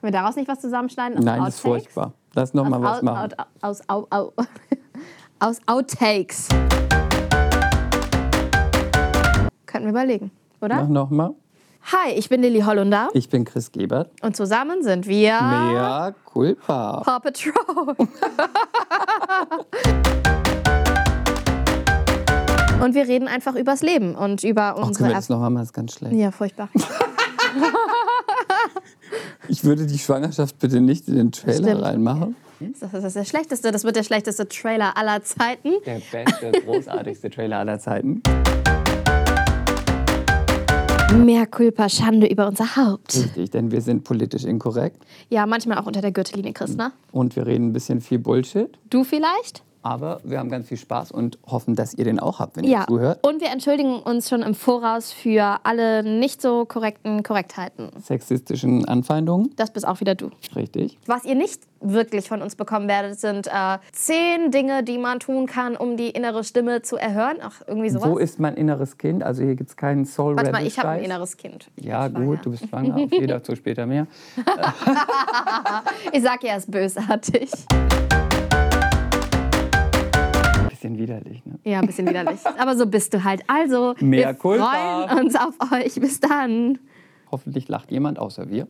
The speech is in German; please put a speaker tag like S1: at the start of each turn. S1: Können wir daraus nicht was zusammenschneiden?
S2: Nein, das ist
S1: Outtakes?
S2: furchtbar. Lass noch mal was
S1: Au-
S2: machen.
S1: Au- Aus, au, au, aus Outtakes. Könnten wir überlegen, oder?
S2: Mach noch mal.
S1: Hi, ich bin Lilly Hollunder
S2: Ich bin Chris Gebert.
S1: und zusammen sind wir
S2: Mea culpa.
S1: Paw Patrol. und wir reden einfach übers Leben und über
S2: Oh, können
S1: unsere
S2: wir das noch einmal? Das ist ganz schlecht.
S1: Ja, furchtbar.
S2: Ich würde die Schwangerschaft bitte nicht in den Trailer
S1: Stimmt.
S2: reinmachen.
S1: Das ist das ist der schlechteste, das wird der schlechteste Trailer aller Zeiten.
S2: Der beste, großartigste Trailer aller Zeiten.
S1: Mehr Culpa, Schande über unser Haupt.
S2: Richtig, denn wir sind politisch inkorrekt
S1: Ja, manchmal auch unter der Gürtellinie,
S2: Hm.
S1: Chris, ne?
S2: und wir reden ein bisschen viel Bullshit.
S1: Du vielleicht?
S2: Aber wir haben ganz viel Spaß und hoffen, dass ihr den auch habt, wenn
S1: Ja.
S2: ihr zuhört.
S1: Und wir entschuldigen uns schon im Voraus für alle nicht so korrekten Korrektheiten.
S2: Sexistischen Anfeindungen.
S1: Das bist auch wieder du.
S2: Richtig.
S1: Was ihr nicht wirklich von uns bekommen werdet, sind äh, zehn Dinge, die man tun kann, um die innere Stimme zu erhören. Ach, irgendwie sowas.
S2: Wo ist mein inneres Kind? Also hier gibt es keinen soul
S1: Warte mal, ich habe ein
S2: Scheiß.
S1: inneres Kind.
S2: Ja,
S1: Ich bin
S2: gut, du
S1: schwanger.
S2: bist schwanger. Okay, dazu später mehr.
S1: Ich sag ja, er ist bösartig.
S2: Ein bisschen widerlich, ne?
S1: Ja, ein bisschen widerlich. Aber so bist du halt. Also,
S2: Mea
S1: wir
S2: culpa.
S1: freuen uns auf euch. Bis dann.
S2: Hoffentlich lacht jemand außer wir.